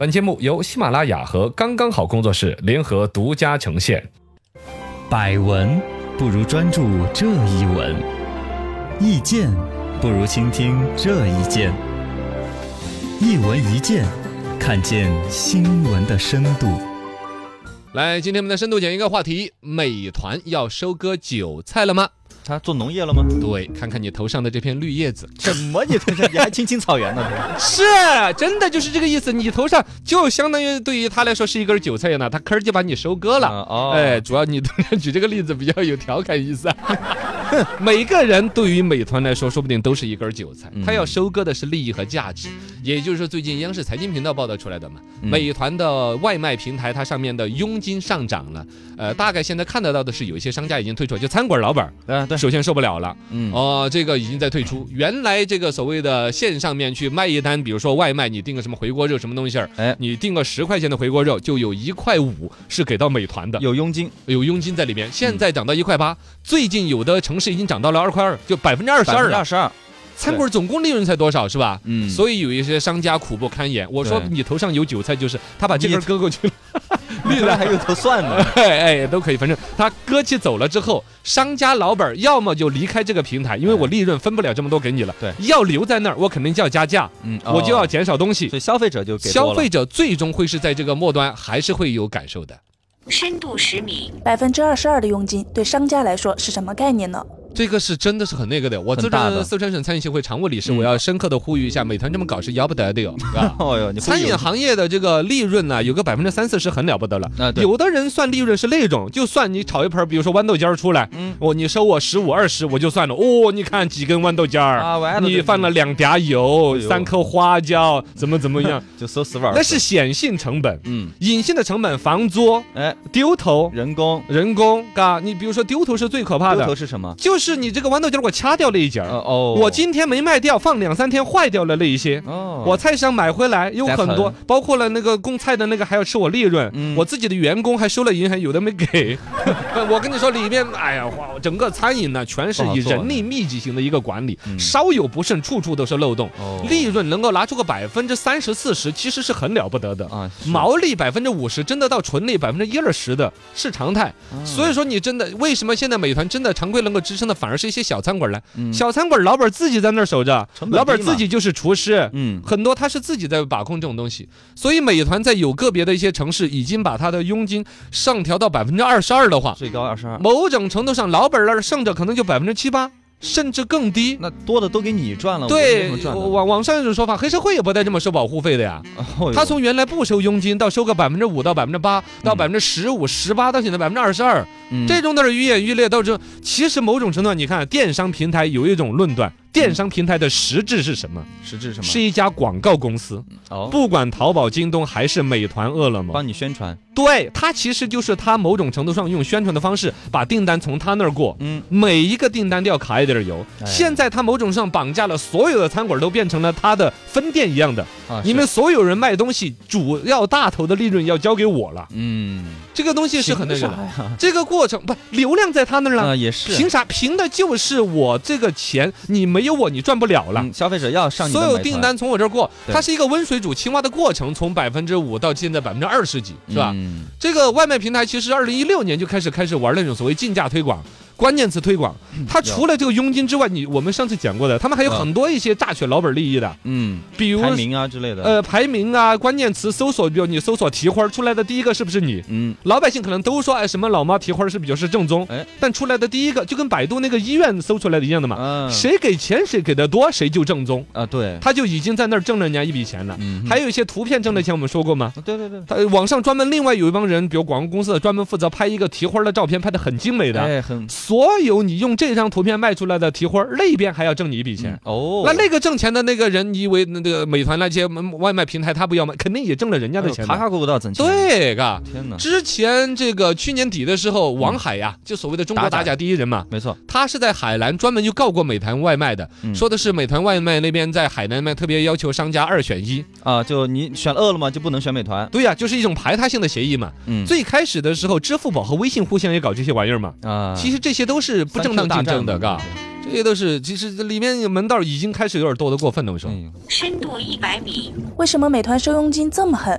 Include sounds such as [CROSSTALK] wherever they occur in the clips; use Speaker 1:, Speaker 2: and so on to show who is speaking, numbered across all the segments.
Speaker 1: 本节目由喜马拉雅和刚刚好工作室联合独家呈现。
Speaker 2: 百闻不如专注这一闻，意见不如倾听这一见。一闻一见，看见新闻的深度。
Speaker 1: 来，今天我们的深度讲一个话题：美团要收割韭菜了吗？
Speaker 2: 他做农业了吗？
Speaker 1: 对，看看你头上的这片绿叶子，
Speaker 2: 什么？你头上你还青青草 [LAUGHS] 原呢？
Speaker 1: 是真的就是这个意思。你头上就相当于对于他来说是一根韭菜呢，他坑儿就把你收割了。
Speaker 2: 啊哦
Speaker 1: 哎，主要你举这个例子比较有调侃意思啊。 [LAUGHS] 每个人对于美团来说，说不定都是一根韭菜，
Speaker 2: 嗯
Speaker 1: 他要收割的是利益和价值。也就是说，最近央视财经频道报道出来的嘛，
Speaker 2: 嗯
Speaker 1: 美团的外卖平台它上面的佣金上涨了。呃，大概现在看得到的是，有一些商家已经退出了，就餐馆老板儿
Speaker 2: 啊，对，
Speaker 1: 首先受不了了，
Speaker 2: 嗯
Speaker 1: 哦，这个已经在退出。原来这个所谓的线上面去卖一单，比如说外卖，你订个什么回锅肉什么东西儿，
Speaker 2: 哎
Speaker 1: 你订个十块钱的回锅肉，就有一块五是给到美团的，
Speaker 2: 有佣金，
Speaker 1: 有佣金在里面。
Speaker 2: 嗯
Speaker 1: 现在涨到一块八，最近有的城市已经涨到了二块二，就百分之二十二了
Speaker 2: 二。十二，
Speaker 1: 餐馆总共利润才多少是吧？
Speaker 2: 嗯
Speaker 1: 所以有一些商家苦不堪言。我说
Speaker 2: 对
Speaker 1: 你头上有韭菜，就是他把这
Speaker 2: 你
Speaker 1: 根割过去
Speaker 2: [LAUGHS]
Speaker 1: 了，
Speaker 2: 绿的还有头蒜呢。
Speaker 1: 哎哎，都可以，反正他割起走了之后，商家老板儿要么就离开这个平台，因为我利润分不了这么多给你了，
Speaker 2: 对
Speaker 1: 要留在那儿，我肯定就要加价，
Speaker 2: 嗯，
Speaker 1: 我就要
Speaker 2: 哦，
Speaker 1: 减少东西。
Speaker 2: 所以消费者就给
Speaker 1: 消
Speaker 2: 多了
Speaker 1: 费者最终会是在这个末端还是会有感受的。
Speaker 3: 深度十米，
Speaker 4: 百分之二十二的佣金对商家来说是什么概念呢？
Speaker 1: 这个是真的是很那个的。我
Speaker 2: 很
Speaker 1: 自
Speaker 2: 大的
Speaker 1: 任四川省餐饮协会常务理事，
Speaker 2: 嗯
Speaker 1: 我要深刻的呼吁一下，美团这么搞是要不得的哟。啊
Speaker 2: 哦哟，你会
Speaker 1: 餐饮
Speaker 2: 有
Speaker 1: 行业的这个利润呢、有个百分之三四十很了不得了。
Speaker 2: 啊对
Speaker 1: 有的人算利润是那种，就算你炒一盆儿，比如说豌豆尖儿出来，
Speaker 2: 嗯
Speaker 1: 我你收我十五二十，我就算了。哦，你看几根豌豆尖儿，
Speaker 2: 啊我爱的
Speaker 1: 你
Speaker 2: 对
Speaker 1: 放了两嗲油，
Speaker 2: 哎呦
Speaker 1: 三颗花椒，怎么怎么
Speaker 2: [LAUGHS]
Speaker 1: 样？
Speaker 2: 就搜死玩儿
Speaker 1: 那是显性成本，
Speaker 2: 嗯，
Speaker 1: 隐性的成本，房租、
Speaker 2: 哎，
Speaker 1: 丢头、
Speaker 2: 人工
Speaker 1: 人工，嘎，你比如说丢头是最可怕
Speaker 2: 丢头
Speaker 1: 的，
Speaker 2: 是什么？
Speaker 1: 就是你这个豌豆尖儿我掐掉那一截
Speaker 2: 呃
Speaker 1: 儿，
Speaker 2: 哦，
Speaker 1: 我今天没卖掉，放两三天坏掉了那一些，
Speaker 2: 哦，
Speaker 1: 我菜市场买回来有
Speaker 2: 再
Speaker 1: 很多
Speaker 2: 盆，
Speaker 1: 包括了那个供菜的那个还要吃我利润，
Speaker 2: 嗯
Speaker 1: 我自己的员工还收了银行，有的没
Speaker 2: [LAUGHS]
Speaker 1: 给。我跟你说，里面哎呀，哇，整个餐饮呢全是
Speaker 2: 不好
Speaker 1: 以
Speaker 2: 做
Speaker 1: 人力密集型的一个管理，
Speaker 2: 嗯
Speaker 1: 稍有不慎，处处都是漏洞。
Speaker 2: 哦
Speaker 1: 利润能够拿出个百分之三十四十，其实是很了不得的。
Speaker 2: 啊是
Speaker 1: 毛利百分之五十，真的到纯利百分之一二十的是常态，
Speaker 2: 嗯
Speaker 1: 所以说你真的为什么现在美团真的常规能够支撑的，反而是一些小餐馆来，
Speaker 2: 嗯
Speaker 1: 小餐馆老板自己在那儿守着
Speaker 2: 成，本低嘛
Speaker 1: 老板自己就是厨师，
Speaker 2: 嗯
Speaker 1: 很多他是自己在把控这种东西，所以美团在有个别的一些城市已经把它的佣金上调到百分之二十二的话，
Speaker 2: 最高二十二，
Speaker 1: 某种程度上老板那儿剩着可能就百分之七八，甚至更低。
Speaker 2: 那多的都给你赚了，我
Speaker 1: 对
Speaker 2: 没，什么赚的哦
Speaker 1: 网网上有一种说法，黑社会也不带这么收保护费的呀。
Speaker 2: 哦哟
Speaker 1: 他从原来不收佣金，到收个百分之五到百分之八，到百分之十五、十八，到现在百分之二十二，
Speaker 2: 嗯
Speaker 1: 这种都是愈演愈烈。到这，其实某种程度上，你看电商平台有一种论断，电商平台的实质是什么？
Speaker 2: 实质什么？
Speaker 1: 是一家广告公司，
Speaker 2: 嗯哦，嗯
Speaker 1: 不管淘宝、京东还是美团、饿了么，
Speaker 2: 帮你宣传，
Speaker 1: 对，它其实就是它某种程度上用宣传的方式把订单从它那儿过。
Speaker 2: 嗯，
Speaker 1: 每一个订单都要卡一点油。
Speaker 2: 哎
Speaker 1: 现在它某种上绑架了所有的餐馆，都变成了它的分店一样的。
Speaker 2: 啊，
Speaker 1: 你们所有人卖东西，主要大头的利润要交给我了，
Speaker 2: 嗯，
Speaker 1: 这个东西是很那
Speaker 2: 凭
Speaker 1: 个
Speaker 2: 啥
Speaker 1: 的。
Speaker 2: 呀？
Speaker 1: 这个过程不流量在他那儿
Speaker 2: 啊，
Speaker 1: 了，
Speaker 2: 也是，
Speaker 1: 凭啥？凭的就是我这个钱，你没有我你赚不了了。
Speaker 2: 嗯消费者要上你的
Speaker 1: 所有
Speaker 2: 美团
Speaker 1: 订单从我这儿过，
Speaker 2: 对
Speaker 1: 它是一个温水煮青蛙的过程，从百分之五到现在百分之二十几，是吧？
Speaker 2: 嗯
Speaker 1: 这个外卖平台其实二零一六年就开始开始玩那种所谓竞价推广。关键词推广，它除了这个佣金之外，你我们上次讲过的，他们还有
Speaker 2: 嗯
Speaker 1: 很多一些榨取老本利益的，
Speaker 2: 嗯，
Speaker 1: 比如
Speaker 2: 排名啊之类的，
Speaker 1: 呃，排名啊，关键词搜索，比如你搜索蹄花儿出来的第一个是不是你？
Speaker 2: 嗯，
Speaker 1: 老百姓可能都说，哎，什么老妈蹄花儿是比较是正宗，
Speaker 2: 哎
Speaker 1: 但出来的第一个就跟百度那个医院搜出来的一样的嘛，
Speaker 2: 嗯
Speaker 1: 谁给钱谁给的多，谁就正宗，
Speaker 2: 啊对，
Speaker 1: 他就已经在那儿挣了人家一笔钱了。
Speaker 2: 嗯
Speaker 1: 还有一些图片挣的钱，我们说过吗？
Speaker 2: 啊对对对，
Speaker 1: 他网上专门另外有一帮人，比如广告公司的，专门负责拍一个蹄花儿的照片，拍的很精美的。
Speaker 2: 哎很
Speaker 1: 所有你用这张图片卖出来的蹄花儿，那边还要挣你一笔钱。
Speaker 2: 嗯哦，
Speaker 1: 那那个挣钱的那个人，你以为那个美团那些外卖平台他不要吗？肯定也挣了人家
Speaker 2: 哎
Speaker 1: 的
Speaker 2: 呦
Speaker 1: 钱的。
Speaker 2: 卡卡过不到挣钱，，
Speaker 1: 对，嘎。
Speaker 2: 天哪，
Speaker 1: 之前这个去年底的时候，王海呀，就所谓的中国
Speaker 2: 嗯打假
Speaker 1: 打假第一人嘛，
Speaker 2: 没错，
Speaker 1: 他是在海南专门就告过美团外卖的，
Speaker 2: 嗯
Speaker 1: 说的是美团外卖那边在海南卖特别要求商家二选一。
Speaker 2: 啊，就你选饿了么就不能选美团，
Speaker 1: 对呀、就是一种排他性的协议嘛。
Speaker 2: 嗯，
Speaker 1: 最开始的时候，支付宝和微信互相也搞这些玩意儿嘛。
Speaker 2: 啊，
Speaker 1: 其实这些都是不
Speaker 2: 三
Speaker 1: 正当
Speaker 2: Q 大
Speaker 1: 竞
Speaker 2: 战
Speaker 1: 争的，
Speaker 2: 嘛
Speaker 1: 嘎。这这些都是其实里面有门道已经开始有点多的过分了。我说、
Speaker 2: 哎呦，
Speaker 3: 深度一百米，
Speaker 4: 为什么美团收佣金这么狠？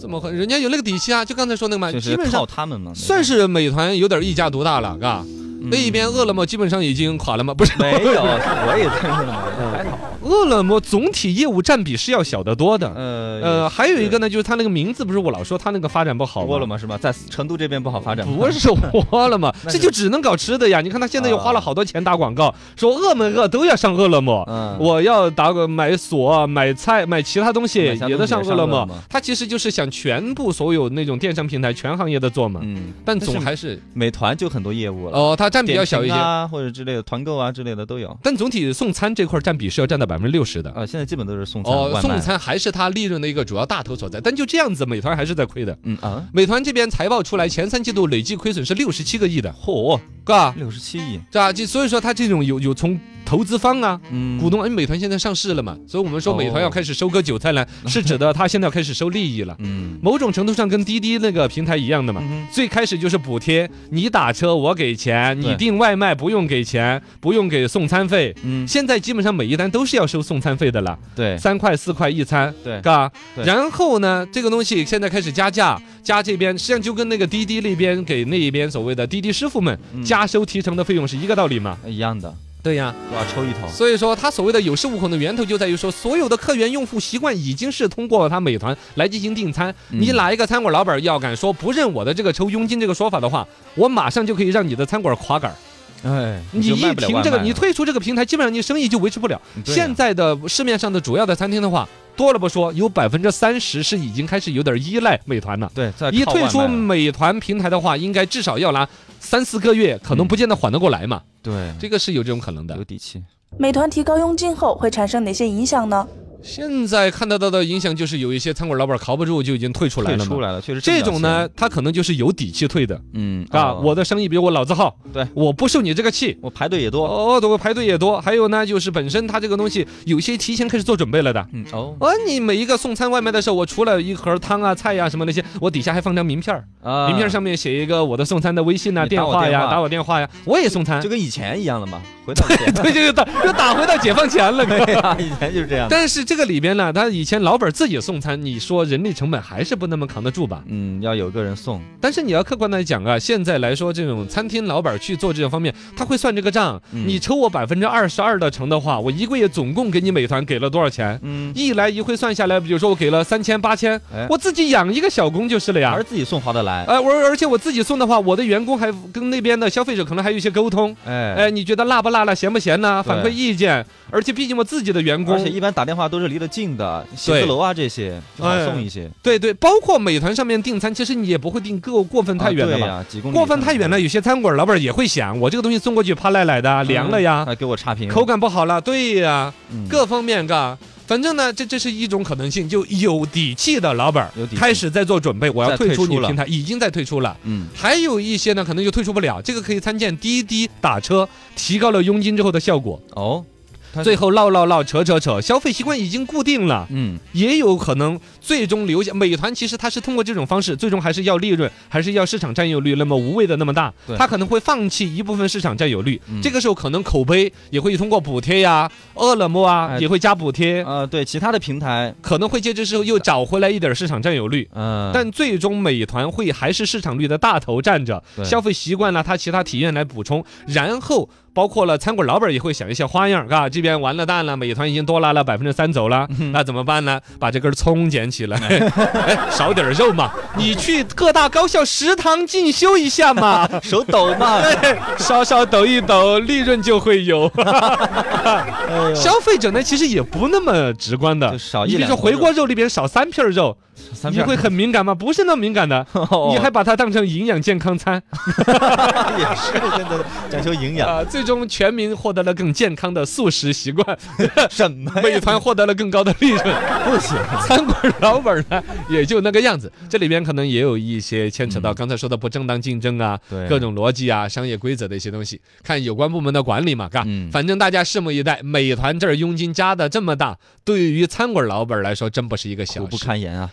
Speaker 1: 这么狠，人家有那个底气啊，就刚才说那个嘛，
Speaker 2: 就
Speaker 1: 基
Speaker 2: 是
Speaker 1: 本
Speaker 2: 靠
Speaker 1: 上
Speaker 2: 他们嘛，嗯
Speaker 1: 算是美团有点一家独大了，嘎。那一边饿了么基本上已经垮了嘛，不是
Speaker 2: 没
Speaker 1: [LAUGHS]
Speaker 2: 有，我也听说了，还好。
Speaker 1: 饿了么总体业务占比是要小得多的。
Speaker 2: 呃
Speaker 1: 呃，还有一个呢，就是它那个名字，不是我老说它那个发展不好吗
Speaker 2: 窝了？嘛是吧？在成都这边不好发展吗，
Speaker 1: 不是窝了嘛，
Speaker 2: [LAUGHS] 那
Speaker 1: 这
Speaker 2: 是
Speaker 1: 就只能搞吃的呀。你看他现在又
Speaker 2: 啊
Speaker 1: 花了好多钱打广告，说饿没饿都要上饿了么。
Speaker 2: 嗯
Speaker 1: 我要打个买锁、啊买菜、买其他东西
Speaker 2: 买其他
Speaker 1: 也都
Speaker 2: 东西
Speaker 1: 上饿
Speaker 2: 也上
Speaker 1: 了
Speaker 2: 饿了
Speaker 1: 么
Speaker 2: 么。
Speaker 1: 他其实就是想全部所有那种电商平台全行业的做嘛，
Speaker 2: 嗯，
Speaker 1: 但
Speaker 2: 但
Speaker 1: 总
Speaker 2: 是
Speaker 1: 还是
Speaker 2: 美团就很多业务了，
Speaker 1: 哦，它占比要
Speaker 2: 点
Speaker 1: 小一
Speaker 2: 评
Speaker 1: 些。
Speaker 2: 啊，或者之类的团购啊之类的都有。
Speaker 1: 但总体送餐这块占比是要占到百分之六十的。
Speaker 2: 啊，现在基本都是送餐、
Speaker 1: 哦，
Speaker 2: 外卖
Speaker 1: 送，餐还是它利润的一个主要大头所在，但就这样子，美团还是在亏的。
Speaker 2: 嗯啊，
Speaker 1: 美团这边财报出来，前三季度累计亏损是六十七个亿的，
Speaker 2: 嚯，哦
Speaker 1: 嘎，
Speaker 2: 六十七亿，
Speaker 1: 这啊就所以说它这种有有从投资方啊。
Speaker 2: 嗯，哦
Speaker 1: 股东，哎，美团现在上市了嘛，所以我们说美团要开始收割韭菜了，是指的它现在要开始收利益了。
Speaker 2: 嗯，
Speaker 1: 某种程度上跟滴滴那个平台一样的嘛，
Speaker 2: 嗯哼
Speaker 1: 最开始就是补贴，你打车我给钱，
Speaker 2: 对
Speaker 1: 你订外卖不用给钱，不用给送餐费。
Speaker 2: 嗯，
Speaker 1: 现在基本上每一单都是要收送餐费的了，
Speaker 2: 对，
Speaker 1: 三块四块一餐，
Speaker 2: 对
Speaker 1: 嘎。
Speaker 2: 对
Speaker 1: 然后呢，这个东西现在开始加价，加这边实际上就跟那个滴滴那边给那一边所谓的滴滴师傅们
Speaker 2: 嗯
Speaker 1: 加收提成的费用是一个道理嘛。
Speaker 2: 一样的，
Speaker 1: 对呀、
Speaker 2: 我要抽一头，
Speaker 1: 所以说，它所谓的有恃无恐的源头就在于说，所有的客源用户习惯已经是通过它美团来进行订餐。
Speaker 2: 嗯
Speaker 1: 你哪一个餐馆老板要敢说不认我的这个抽佣金这个说法的话，我马上就可以让你的餐馆垮杆儿。
Speaker 2: 哎，
Speaker 1: 你
Speaker 2: 就卖
Speaker 1: 一
Speaker 2: 不了
Speaker 1: 停
Speaker 2: 外
Speaker 1: 这个，
Speaker 2: 卖
Speaker 1: 你
Speaker 2: 了
Speaker 1: 退出这个平台，基本上你生意就维持不了。
Speaker 2: 对啊呀
Speaker 1: 现在的市面上的主要的餐厅的话，多了不说，有百分之三十是已经开始有点依赖美团了。
Speaker 2: 对，再
Speaker 1: 一
Speaker 2: 靠
Speaker 1: 退
Speaker 2: 外
Speaker 1: 出嗯
Speaker 2: 卖了
Speaker 1: 美团平台的话，应该至少要拿三四个月，可能不见得缓得过来嘛。
Speaker 2: 对，
Speaker 1: 这个是有这种可能的
Speaker 2: 有。底气，
Speaker 4: 美团提高佣金后会产生哪些影响呢？
Speaker 1: 现在看得到的影响就是有一些餐馆老板扛不住就已经退出来
Speaker 2: 退
Speaker 1: 了
Speaker 2: 出
Speaker 1: 嘛。
Speaker 2: 来了，确实挣
Speaker 1: 这
Speaker 2: 不了
Speaker 1: 种呢
Speaker 2: 钱，，
Speaker 1: 他可能就是有底气退的
Speaker 2: 嗯
Speaker 1: 啊。
Speaker 2: 哦
Speaker 1: 我的生意比我老子好， [LAUGHS]
Speaker 2: 对
Speaker 1: 我不受你这个气。
Speaker 2: 我排队也多，
Speaker 1: 哦，对，排队也多。还有呢，就是本身他这个东西有些提前开始做准备了的。
Speaker 2: 嗯哦
Speaker 1: 哦，你每一个送餐外卖的时候，我除了一盒汤啊、菜呀、什么那些，我底下还放张名片儿，
Speaker 2: 啊
Speaker 1: 名哦片上面写一个我的送餐的微信啊、
Speaker 2: 你打
Speaker 1: 电
Speaker 2: 我
Speaker 1: 话
Speaker 2: 电
Speaker 1: 呀、
Speaker 2: 话
Speaker 1: 打我电话呀，我也送餐
Speaker 2: 就。跟以前一样了嘛，回到以前，
Speaker 1: [LAUGHS] 对，就又打又打回到解放前了。
Speaker 2: 对呀，以前就是这样的，
Speaker 1: 但是这个里边呢，他以前老板自己送餐，你说人力成本还是不那么扛得住吧？
Speaker 2: 嗯，要有个人送，
Speaker 1: 但是你要客观来讲啊，现在来说，这种餐厅老板去做这种方面，他会算这个账。
Speaker 2: 嗯
Speaker 1: 你抽我百分之二十二的成的话，我一个月总共给你美团给了多少钱？
Speaker 2: 嗯，
Speaker 1: 一来一回算下来，比如说我给了三千八千
Speaker 2: 哎，
Speaker 1: 我自己养一个小工就是了呀
Speaker 2: 还是。自己送划得来，
Speaker 1: 哎，我而且我自己送的话，我的员工还跟那边的消费者可能还有一些沟通。
Speaker 2: 哎。
Speaker 1: 哎，你觉得辣不辣了，咸不咸呢？
Speaker 2: 对
Speaker 1: 反馈意见，而且毕竟我自己的员工，
Speaker 2: 而且一般打电话都是离得近的，写
Speaker 1: 对
Speaker 2: 字楼啊这些就好
Speaker 1: 哎
Speaker 2: 送一些。
Speaker 1: 对对，包括美团上面订餐，其实你也不会订够过分太远
Speaker 2: 啊
Speaker 1: 的
Speaker 2: 对
Speaker 1: 吧？
Speaker 2: 呀，啊几公里
Speaker 1: 过分太远
Speaker 2: 了，
Speaker 1: 了，有些餐馆老板也会想，我这个东西送过去怕赖赖的，
Speaker 2: 嗯
Speaker 1: 凉了呀，
Speaker 2: 还哎给我差评，
Speaker 1: 口感不好了，对呀，
Speaker 2: 嗯
Speaker 1: 各方面嘎。反正呢，这这是一种可能性，就有底气的老板儿
Speaker 2: 有底气
Speaker 1: 开始在做准备，我要
Speaker 2: 在
Speaker 1: 退
Speaker 2: 退
Speaker 1: 出
Speaker 2: 出
Speaker 1: 你
Speaker 2: 了
Speaker 1: 平台，已经在退出了。
Speaker 2: 嗯
Speaker 1: 还有一些呢，可能就退出不了，这个可以参见滴滴打车提高了佣金之后的效果。
Speaker 2: 哦，它是
Speaker 1: 最后唠唠唠，扯扯扯，消费习惯已经固定了，
Speaker 2: 嗯
Speaker 1: 也有可能最终留下。美团其实它是通过这种方式，最终还是要利润，还是要市场占有率那么无谓的那么大
Speaker 2: 对，
Speaker 1: 它可能会放弃一部分市场占有率。
Speaker 2: 嗯
Speaker 1: 这个时候可能口碑也会通过补贴呀、饿了么啊、
Speaker 2: 哎
Speaker 1: 也会加补贴，
Speaker 2: 啊对其他的平台，
Speaker 1: 可能会借这时候又找回来一点市场占有率。
Speaker 2: 嗯
Speaker 1: 但最终美团会还是市场率的大头站着，
Speaker 2: 对
Speaker 1: 消费习惯了，它其他体验来补充，然后包括了餐馆老板也会想一些花样，啊，这边完了蛋了，美团已经多拉了百分之三走
Speaker 2: 嗯
Speaker 1: 了，那怎么办呢？把这根葱捡起
Speaker 2: [LAUGHS]
Speaker 1: 来，哎，少点肉嘛，你去各大高校食堂进修一下嘛。
Speaker 2: 手抖嘛，
Speaker 1: 哎 [LAUGHS] 稍稍抖一抖，利润就会有。
Speaker 2: 哎呦
Speaker 1: 消费者呢，其实也不那么直观的，
Speaker 2: 就少一
Speaker 1: 你比如说
Speaker 2: 两块
Speaker 1: 回锅肉里边少三片肉，
Speaker 2: 三
Speaker 1: 你
Speaker 2: 片
Speaker 1: 会很敏感吗？不是那么敏感的，
Speaker 2: [LAUGHS] 哦
Speaker 1: 你还把它当成营养健康餐
Speaker 2: [LAUGHS] 也是真的讲究营养，
Speaker 1: 啊！最终全民获得了更健康的素食习惯，
Speaker 2: [LAUGHS] 什么哎呀
Speaker 1: 美团获得了更高的利润，
Speaker 2: 不行，
Speaker 1: [LAUGHS] 餐馆老板呢也就那个样子。这里边可能也有一些牵扯到刚才说的不正当竞争啊，
Speaker 2: 嗯对
Speaker 1: 各种逻辑啊、商业规则的一些东西，看有关部门的管理嘛，嘎。
Speaker 2: 嗯
Speaker 1: 反正大家拭目以待。美团这儿佣金加的这么大，对于餐馆老板来说真不是一个小
Speaker 2: 苦
Speaker 1: 事。
Speaker 2: 不堪言啊，